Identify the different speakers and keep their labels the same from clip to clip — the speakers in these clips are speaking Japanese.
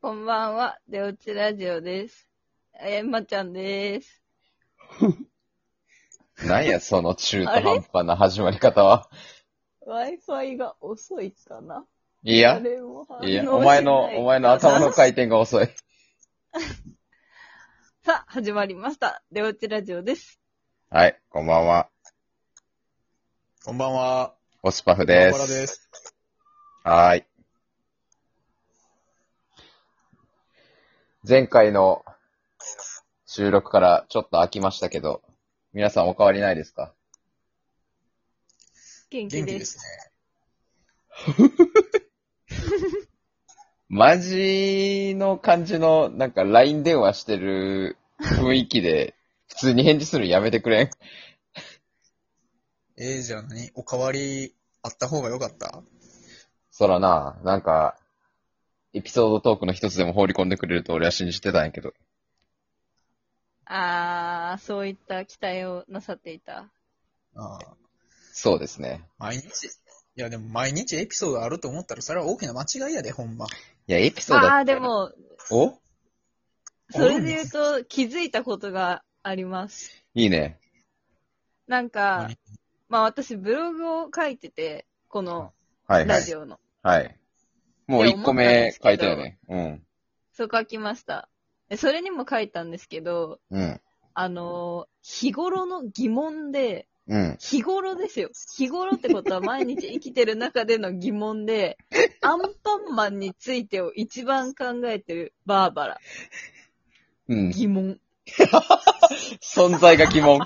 Speaker 1: こんばんは、出落ちラジオです。えー、まちゃんです。
Speaker 2: なんや、その中途半端な始まり方は。
Speaker 1: Wi-Fi が遅いかない
Speaker 2: や、
Speaker 1: 誰も反応
Speaker 2: いや、お前の、お前の頭の回転が遅い。
Speaker 1: さあ、始まりました。出落ちラジオです。
Speaker 2: はい、こんばんは。
Speaker 3: こんばんは。
Speaker 2: オスパフ
Speaker 3: バ
Speaker 2: で
Speaker 3: ーバラ
Speaker 2: す。
Speaker 3: です。
Speaker 2: はーい。前回の収録からちょっと空きましたけど、皆さんお変わりないですか
Speaker 1: 元気
Speaker 3: 元気
Speaker 1: で。
Speaker 3: ですすね。
Speaker 2: マジの感じの、なんか LINE 電話してる雰囲気で、普通に返事するのやめてくれん
Speaker 3: えー、じゃあ何おかわりあった方がよかった
Speaker 2: そらな、なんか、エピソードトークの一つでも放り込んでくれると俺は信じてたんやけど。
Speaker 1: あー、そういった期待をなさっていた。
Speaker 3: ああ、
Speaker 2: そうですね。
Speaker 3: 毎日。いや、でも毎日エピソードあると思ったら、それは大きな間違いやで、ほんま。
Speaker 2: いや、エピソード
Speaker 1: あ
Speaker 2: だ
Speaker 1: ー、で、も、
Speaker 2: お
Speaker 1: それで言うと気づいたことがあります。
Speaker 2: いいね。
Speaker 1: なんか
Speaker 3: 何、
Speaker 1: まあ私ブログを書いてて、この
Speaker 2: はいは
Speaker 1: ラ
Speaker 2: い
Speaker 1: ジ。オの。
Speaker 2: はい。もう
Speaker 1: いや
Speaker 2: 1個目書いたよね。うん。
Speaker 1: そう書きました。えそれにも書いたんですけど、
Speaker 2: うん。
Speaker 1: あのー日頃の疑問で、
Speaker 2: うん。
Speaker 1: 日頃ですよ。日頃ってことは毎日生きてる中での疑問で、アンパンマンについてを一番考えてるバーバラ。
Speaker 2: うん。
Speaker 1: 疑問。
Speaker 2: 存在が疑 問。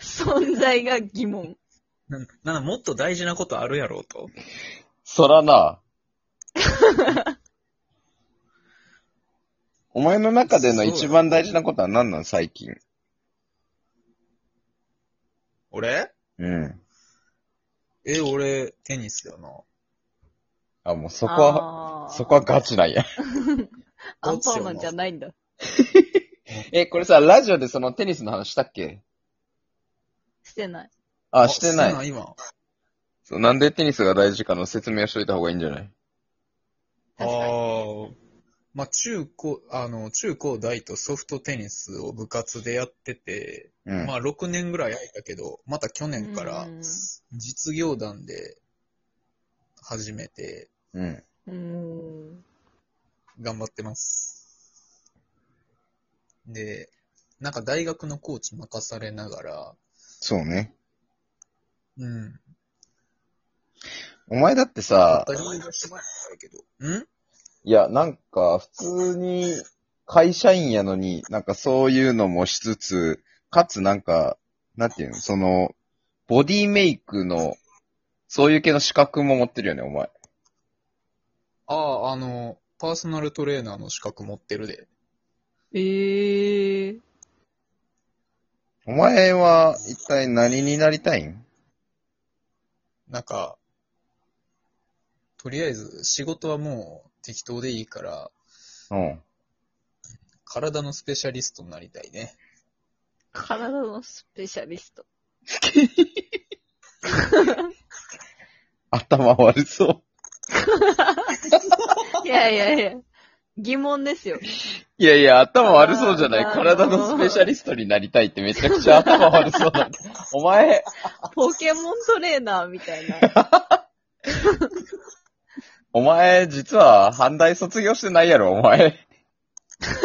Speaker 1: 存在が疑問。
Speaker 3: な、なな、もっと大事なことあるやろうと。
Speaker 2: そら な。お前の中での一番大事なことは何なの最近。
Speaker 3: 俺
Speaker 2: うん。
Speaker 3: え、俺、テニスだな。
Speaker 2: あ、もうそこは、
Speaker 1: あー
Speaker 2: そこはガチなんや。
Speaker 1: アンパンマンじゃないんだ。
Speaker 2: え、これさ、ラジオでそのテニスの話したっけ
Speaker 1: してない。
Speaker 2: あ、してない。
Speaker 3: して今。
Speaker 2: そうなんでテニスが大事かの説明をしといた方がいいんじゃない
Speaker 3: ああ
Speaker 1: 確かに。
Speaker 3: ー。まあ、中高、あの、中高大とソフトテニスを部活でやってて、
Speaker 2: うん。
Speaker 3: まあ、6年ぐらい空いたけど、また去年から
Speaker 1: うん、
Speaker 3: 実業団で始めて、
Speaker 2: うん。
Speaker 1: うーん。
Speaker 3: 頑張ってます。で、なんか大学のコーチ任されながら、
Speaker 2: そうね。
Speaker 3: うん。
Speaker 2: お前だってさ、
Speaker 3: 当たり前がしまいだけど。ん
Speaker 2: いや、なんか、普通に、会社員やのに、なんかそういうのもしつつ、かつなんか、なんていうの、その、ボディメイクの、そういう系の資格も持ってるよね、お前。
Speaker 3: ああ、あの、パーソナルトレーナーの資格持ってるで。
Speaker 1: ええー。
Speaker 2: お前は、一体何になりたいん
Speaker 3: なんか、とりあえず仕事はもう適当でいいから、
Speaker 2: うん。
Speaker 3: 体のスペシャリストになりたいね。
Speaker 1: 体のスペシャリスト。
Speaker 2: 頭悪そう。
Speaker 1: いやいやいや。疑問ですよ。
Speaker 2: いやいや、頭悪そうじゃない。
Speaker 1: あー
Speaker 2: 体のスペシャリストになりたいってめちゃくちゃ頭悪そうだ。お前、
Speaker 1: ポケモントレーナーみたいな。
Speaker 2: お前、実は、半大卒業してないやろ、お前。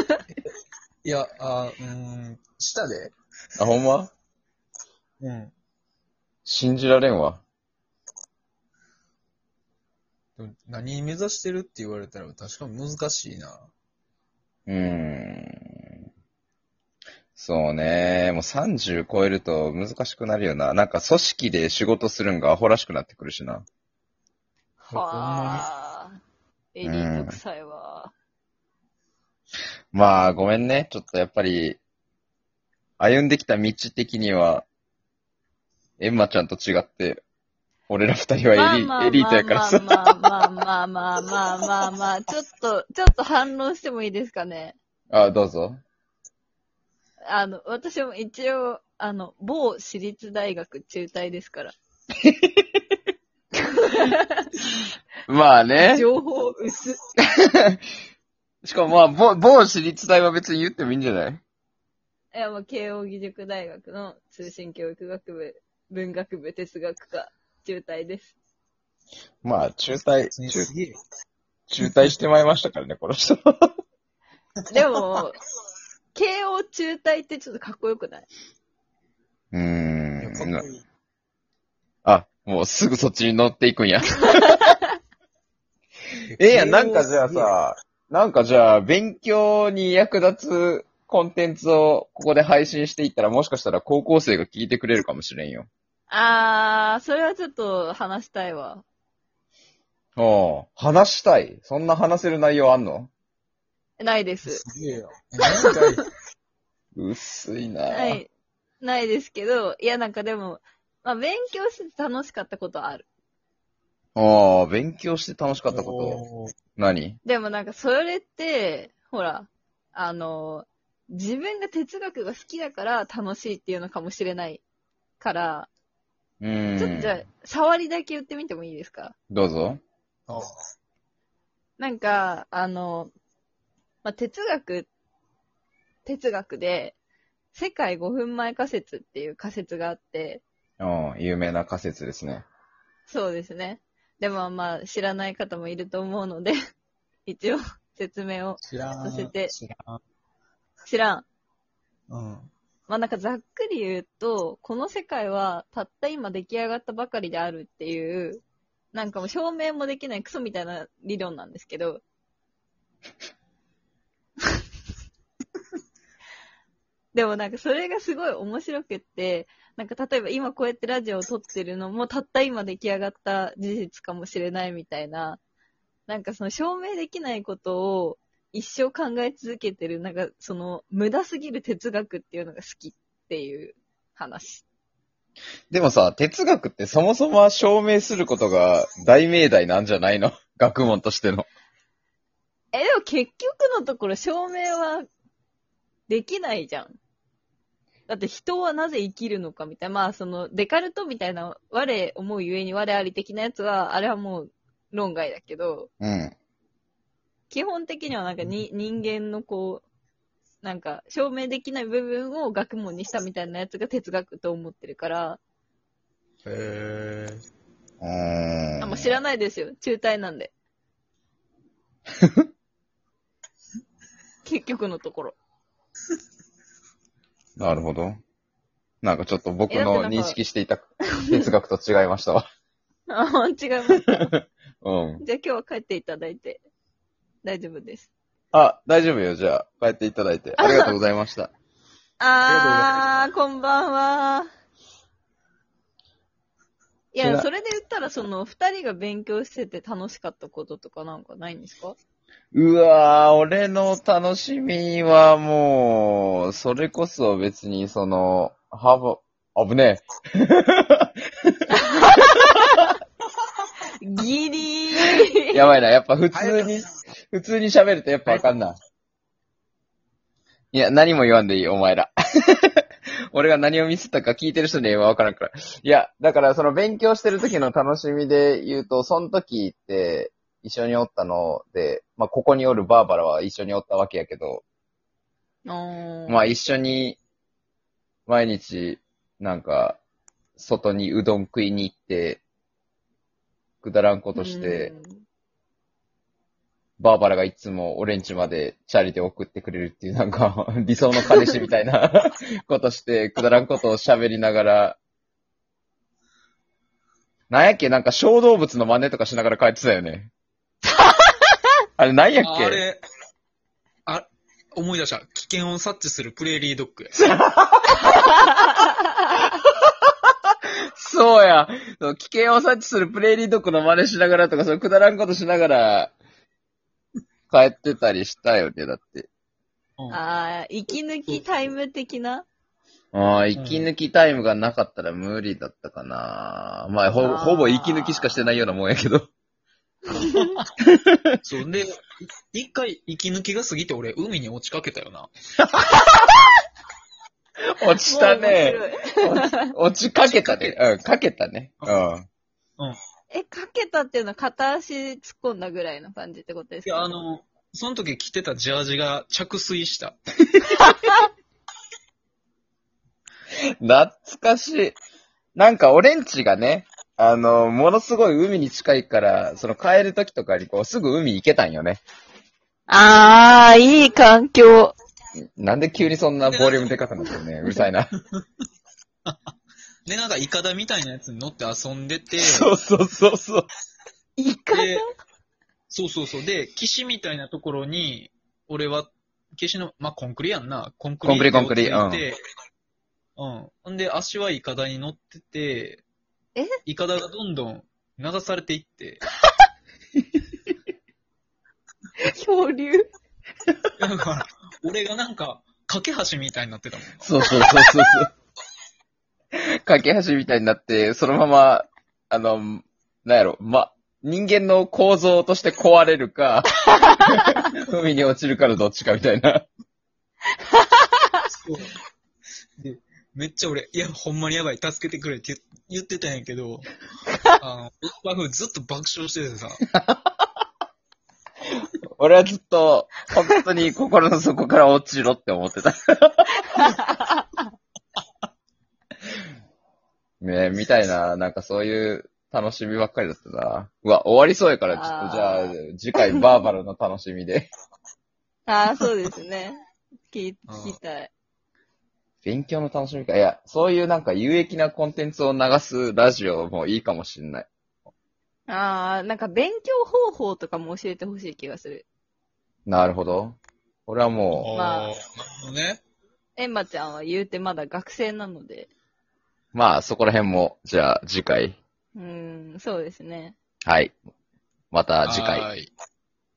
Speaker 3: いや、あーうーん、したで。
Speaker 2: あ、ほんま
Speaker 3: うん。
Speaker 2: 信じられんわ。
Speaker 3: でも何目指してるって言われたら確かに難しいな。
Speaker 2: うーん。そうね。もう30超えると難しくなるよな。なんか組織で仕事するんがアホらしくなってくるしな。
Speaker 1: はあ。エリート臭いわ。
Speaker 2: まあ、ごめんね。ちょっとやっぱり、歩んできた道的には、エンマちゃんと違って、俺ら二人はエリ,、エリートやからさ。
Speaker 1: まあまあまあまあまあまあまあまあ、ちょっと、ちょっと反論してもいいですかね。
Speaker 2: あ、どうぞ。
Speaker 1: あの、私も一応、あの、某私立大学中退ですから。
Speaker 2: まあね。
Speaker 1: 情報薄。
Speaker 2: しかもまあ、某、某私立大は別に言ってもいいんじゃない
Speaker 1: いや、もう慶応義塾大学の通信教育学部、文学部、哲学科、中退です。
Speaker 2: まあ、中退、
Speaker 3: 別に
Speaker 2: 中
Speaker 3: すげえ。
Speaker 2: 中退してまいりましたからね、この人。
Speaker 1: でも、慶応中退ってちょっとかっこよくないう
Speaker 2: ー
Speaker 3: いやかっ
Speaker 2: ん
Speaker 3: こ。いい
Speaker 2: あ、もうすぐそっちに乗っていくんや。ええやん、なんかじゃあさ、なんかじゃあ、勉強に役立つコンテンツをここで配信していったら、もしかしたら高校生が聞いてくれるかもしれんよ。
Speaker 1: あー、それはちょっと話したいわ。
Speaker 2: お話したい。そんな話せる内容あんの
Speaker 1: ないです。
Speaker 3: すげえよ。えなんかいい
Speaker 2: 薄いなぁ
Speaker 1: ない、ないですけど、いや、なんかでも、まあ、勉強してて楽しかったことはある。
Speaker 2: ああ、勉強して楽しかったこと。
Speaker 3: おー
Speaker 2: 何
Speaker 1: でもなんか、それって、ほら、あの、自分が哲学が好きだから楽しいっていうのかもしれないから、
Speaker 2: うーん。
Speaker 1: ちょっとじゃあ、触りだけ言ってみてもいいですか
Speaker 2: どうぞ。
Speaker 3: あ
Speaker 1: なんか、あの、まあ、哲学、哲学で、世界5分前仮説っていう仮説があって、
Speaker 2: うん、有名な仮説ですね。
Speaker 1: そうですね。でもまあ、知らない方もいると思うので、一応説明を。
Speaker 3: 知らん。
Speaker 1: させて
Speaker 3: 知らん。
Speaker 1: 知らん。
Speaker 3: うん。
Speaker 1: まあなんかざっくり言うと、この世界はたった今出来上がったばかりであるっていう、なんかもう証明もできないクソみたいな理論なんですけど、でもなんかそれがすごい面白くって、なんか例えば今こうやってラジオを撮ってるのもたった今出来上がった事実かもしれないみたいな、なんかその証明できないことを一生考え続けてる、なんかその無駄すぎる哲学っていうのが好きっていう話。
Speaker 2: でもさ、哲学ってそもそもは証明することが大命題なんじゃないの 学問としての。
Speaker 1: え、でも結局のところ証明はできないじゃん。だって人はなぜ生きるのかみたいな、まあそのデカルトみたいな我思うゆえに我あり的なやつは、あれはもう論外だけど、
Speaker 2: うん。
Speaker 1: 基本的にはなんかに人間のこう、なんか証明できない部分を学問にしたみたいなやつが哲学と思ってるから、
Speaker 3: へえ。
Speaker 2: うーん。
Speaker 1: あんま知らないですよ。中退なんで。結局のところ。
Speaker 2: なるほど。なんかちょっと僕
Speaker 1: えだって
Speaker 2: の
Speaker 1: なんか
Speaker 2: 認識していた 哲学と違いましたわ。
Speaker 1: あ、違います。 じゃあ
Speaker 2: うん。
Speaker 1: 今日は帰っていただいて大丈夫です。
Speaker 2: あ、大丈夫よ。じゃあ、帰っていただいて。ありがとうございました。
Speaker 1: あー、こんばんは。い
Speaker 2: 違
Speaker 1: や、
Speaker 2: う
Speaker 1: それで言ったら、その、二人が勉強してて楽しかったこととかなんかないんですか
Speaker 2: うわぁ、俺の楽しみはもう、それこそ別にその、ハブ、危ね
Speaker 1: ギリ
Speaker 2: え。
Speaker 1: ー。
Speaker 2: やばいな、やっぱ普通に、普通に喋るとやっぱわかんない。いや、何も言わんでいい、お前ら。 俺が何を見せたか聞いてる人にはわからんから。いや、だからその勉強してる時の楽しみで言うと、その時って一緒におったので、まあ、ここにおるバーバラは一緒におったわけやけど、
Speaker 1: おー
Speaker 2: まあ一緒に、毎日、なんか、外にうどん食いに行って、くだらんことして、
Speaker 1: うん
Speaker 2: バーバラがいつも俺ん家までチャリで送ってくれるっていう、なんか、 理想の彼氏みたいな ことして、くだらんことを喋りながら、なんやっけなんか小動物の真似とかしながら帰ってたよ ね。あれなんやっけ
Speaker 3: あれ、あ、思い出した。危険を察知するプレーリードッグや。
Speaker 2: そうや。そう危険を察知するプレーリードッグの真似しながらとか、そのくだらんことしながら、帰ってたりしたよね、だって。
Speaker 3: うん
Speaker 1: あー、息抜きタイム的な
Speaker 2: ああ、息抜きタイムがなかったら無理だったかな。まあ、ほぼ、
Speaker 1: あー
Speaker 2: ほぼ息抜きしかしてないようなもんや けど。
Speaker 3: そう。で、い一回息抜きが過ぎて俺、海に落ちかけたよな。
Speaker 2: 落ちたね。
Speaker 1: もう面白い
Speaker 2: 落ちかけたね。うん、かけたね。うん。
Speaker 1: え、かけたっていうのは片足突っ込んだぐらいの感じってことです
Speaker 3: い
Speaker 1: か
Speaker 3: や、あ、の、その時着てたジャージが着水した。
Speaker 2: 懐かしい。なんか、俺んちがね、あの、ものすごい海に近いから、その帰る時とかにこう、すぐ海行けたんよね。
Speaker 1: あー、いい環境。
Speaker 2: なんで急にそんなボリュームでかくなってるね。うるさ いな。
Speaker 3: で、なんかイカダみたいなやつに乗って遊んでて、
Speaker 2: うそうそうそう。
Speaker 1: いかな
Speaker 3: で、そうそうそう。で、岸みたいなところに、俺は、岸の、まあ、コンクリやんな。コンクリ
Speaker 2: コンクリコンクリ
Speaker 3: 手をついてうん。ほんで、足はイカダに乗ってて、
Speaker 1: え
Speaker 3: イカダがどんどん流されていって、
Speaker 1: 漂流。
Speaker 3: だから、俺がなんか、架け橋みたいになってたもんな。
Speaker 2: そうそうそうそうそう。架け橋みたいになって、そのまま、あの、なんやろ、ま、人間の構造として壊れるか、海に落ちるからどっちかみたいな。
Speaker 3: そうで、めっちゃ俺、いや、ほんまにやばい、助けてくれって言言ってたんやけ ど、あの、バフずっと爆笑しててさ、
Speaker 2: 俺はずっと、本当に心の底から落ちろって思ってた。ねえ、みたいな、なんかそういう楽しみばっかりだったな。うわ、終わりそうやから、ちょっとじゃあ
Speaker 1: あ、
Speaker 2: 次回バーバルの楽しみで。
Speaker 1: あー、そうですね。聞き
Speaker 3: うん
Speaker 1: 聞きたい。
Speaker 2: 勉強の楽しみか。いや、そういうなんか有益なコンテンツを流すラジオもいいかもしんない。
Speaker 1: あー、なんか勉強方法とかも教えてほしい気がする。
Speaker 2: なるほど。俺はも
Speaker 1: まあ
Speaker 3: あー、なるほどね。
Speaker 1: エンマちゃんは言うてまだ学生なので。
Speaker 2: う、まあそこら辺も、じゃあ次回。
Speaker 1: うーん、そうですね。
Speaker 2: はい。また次回。
Speaker 3: はーい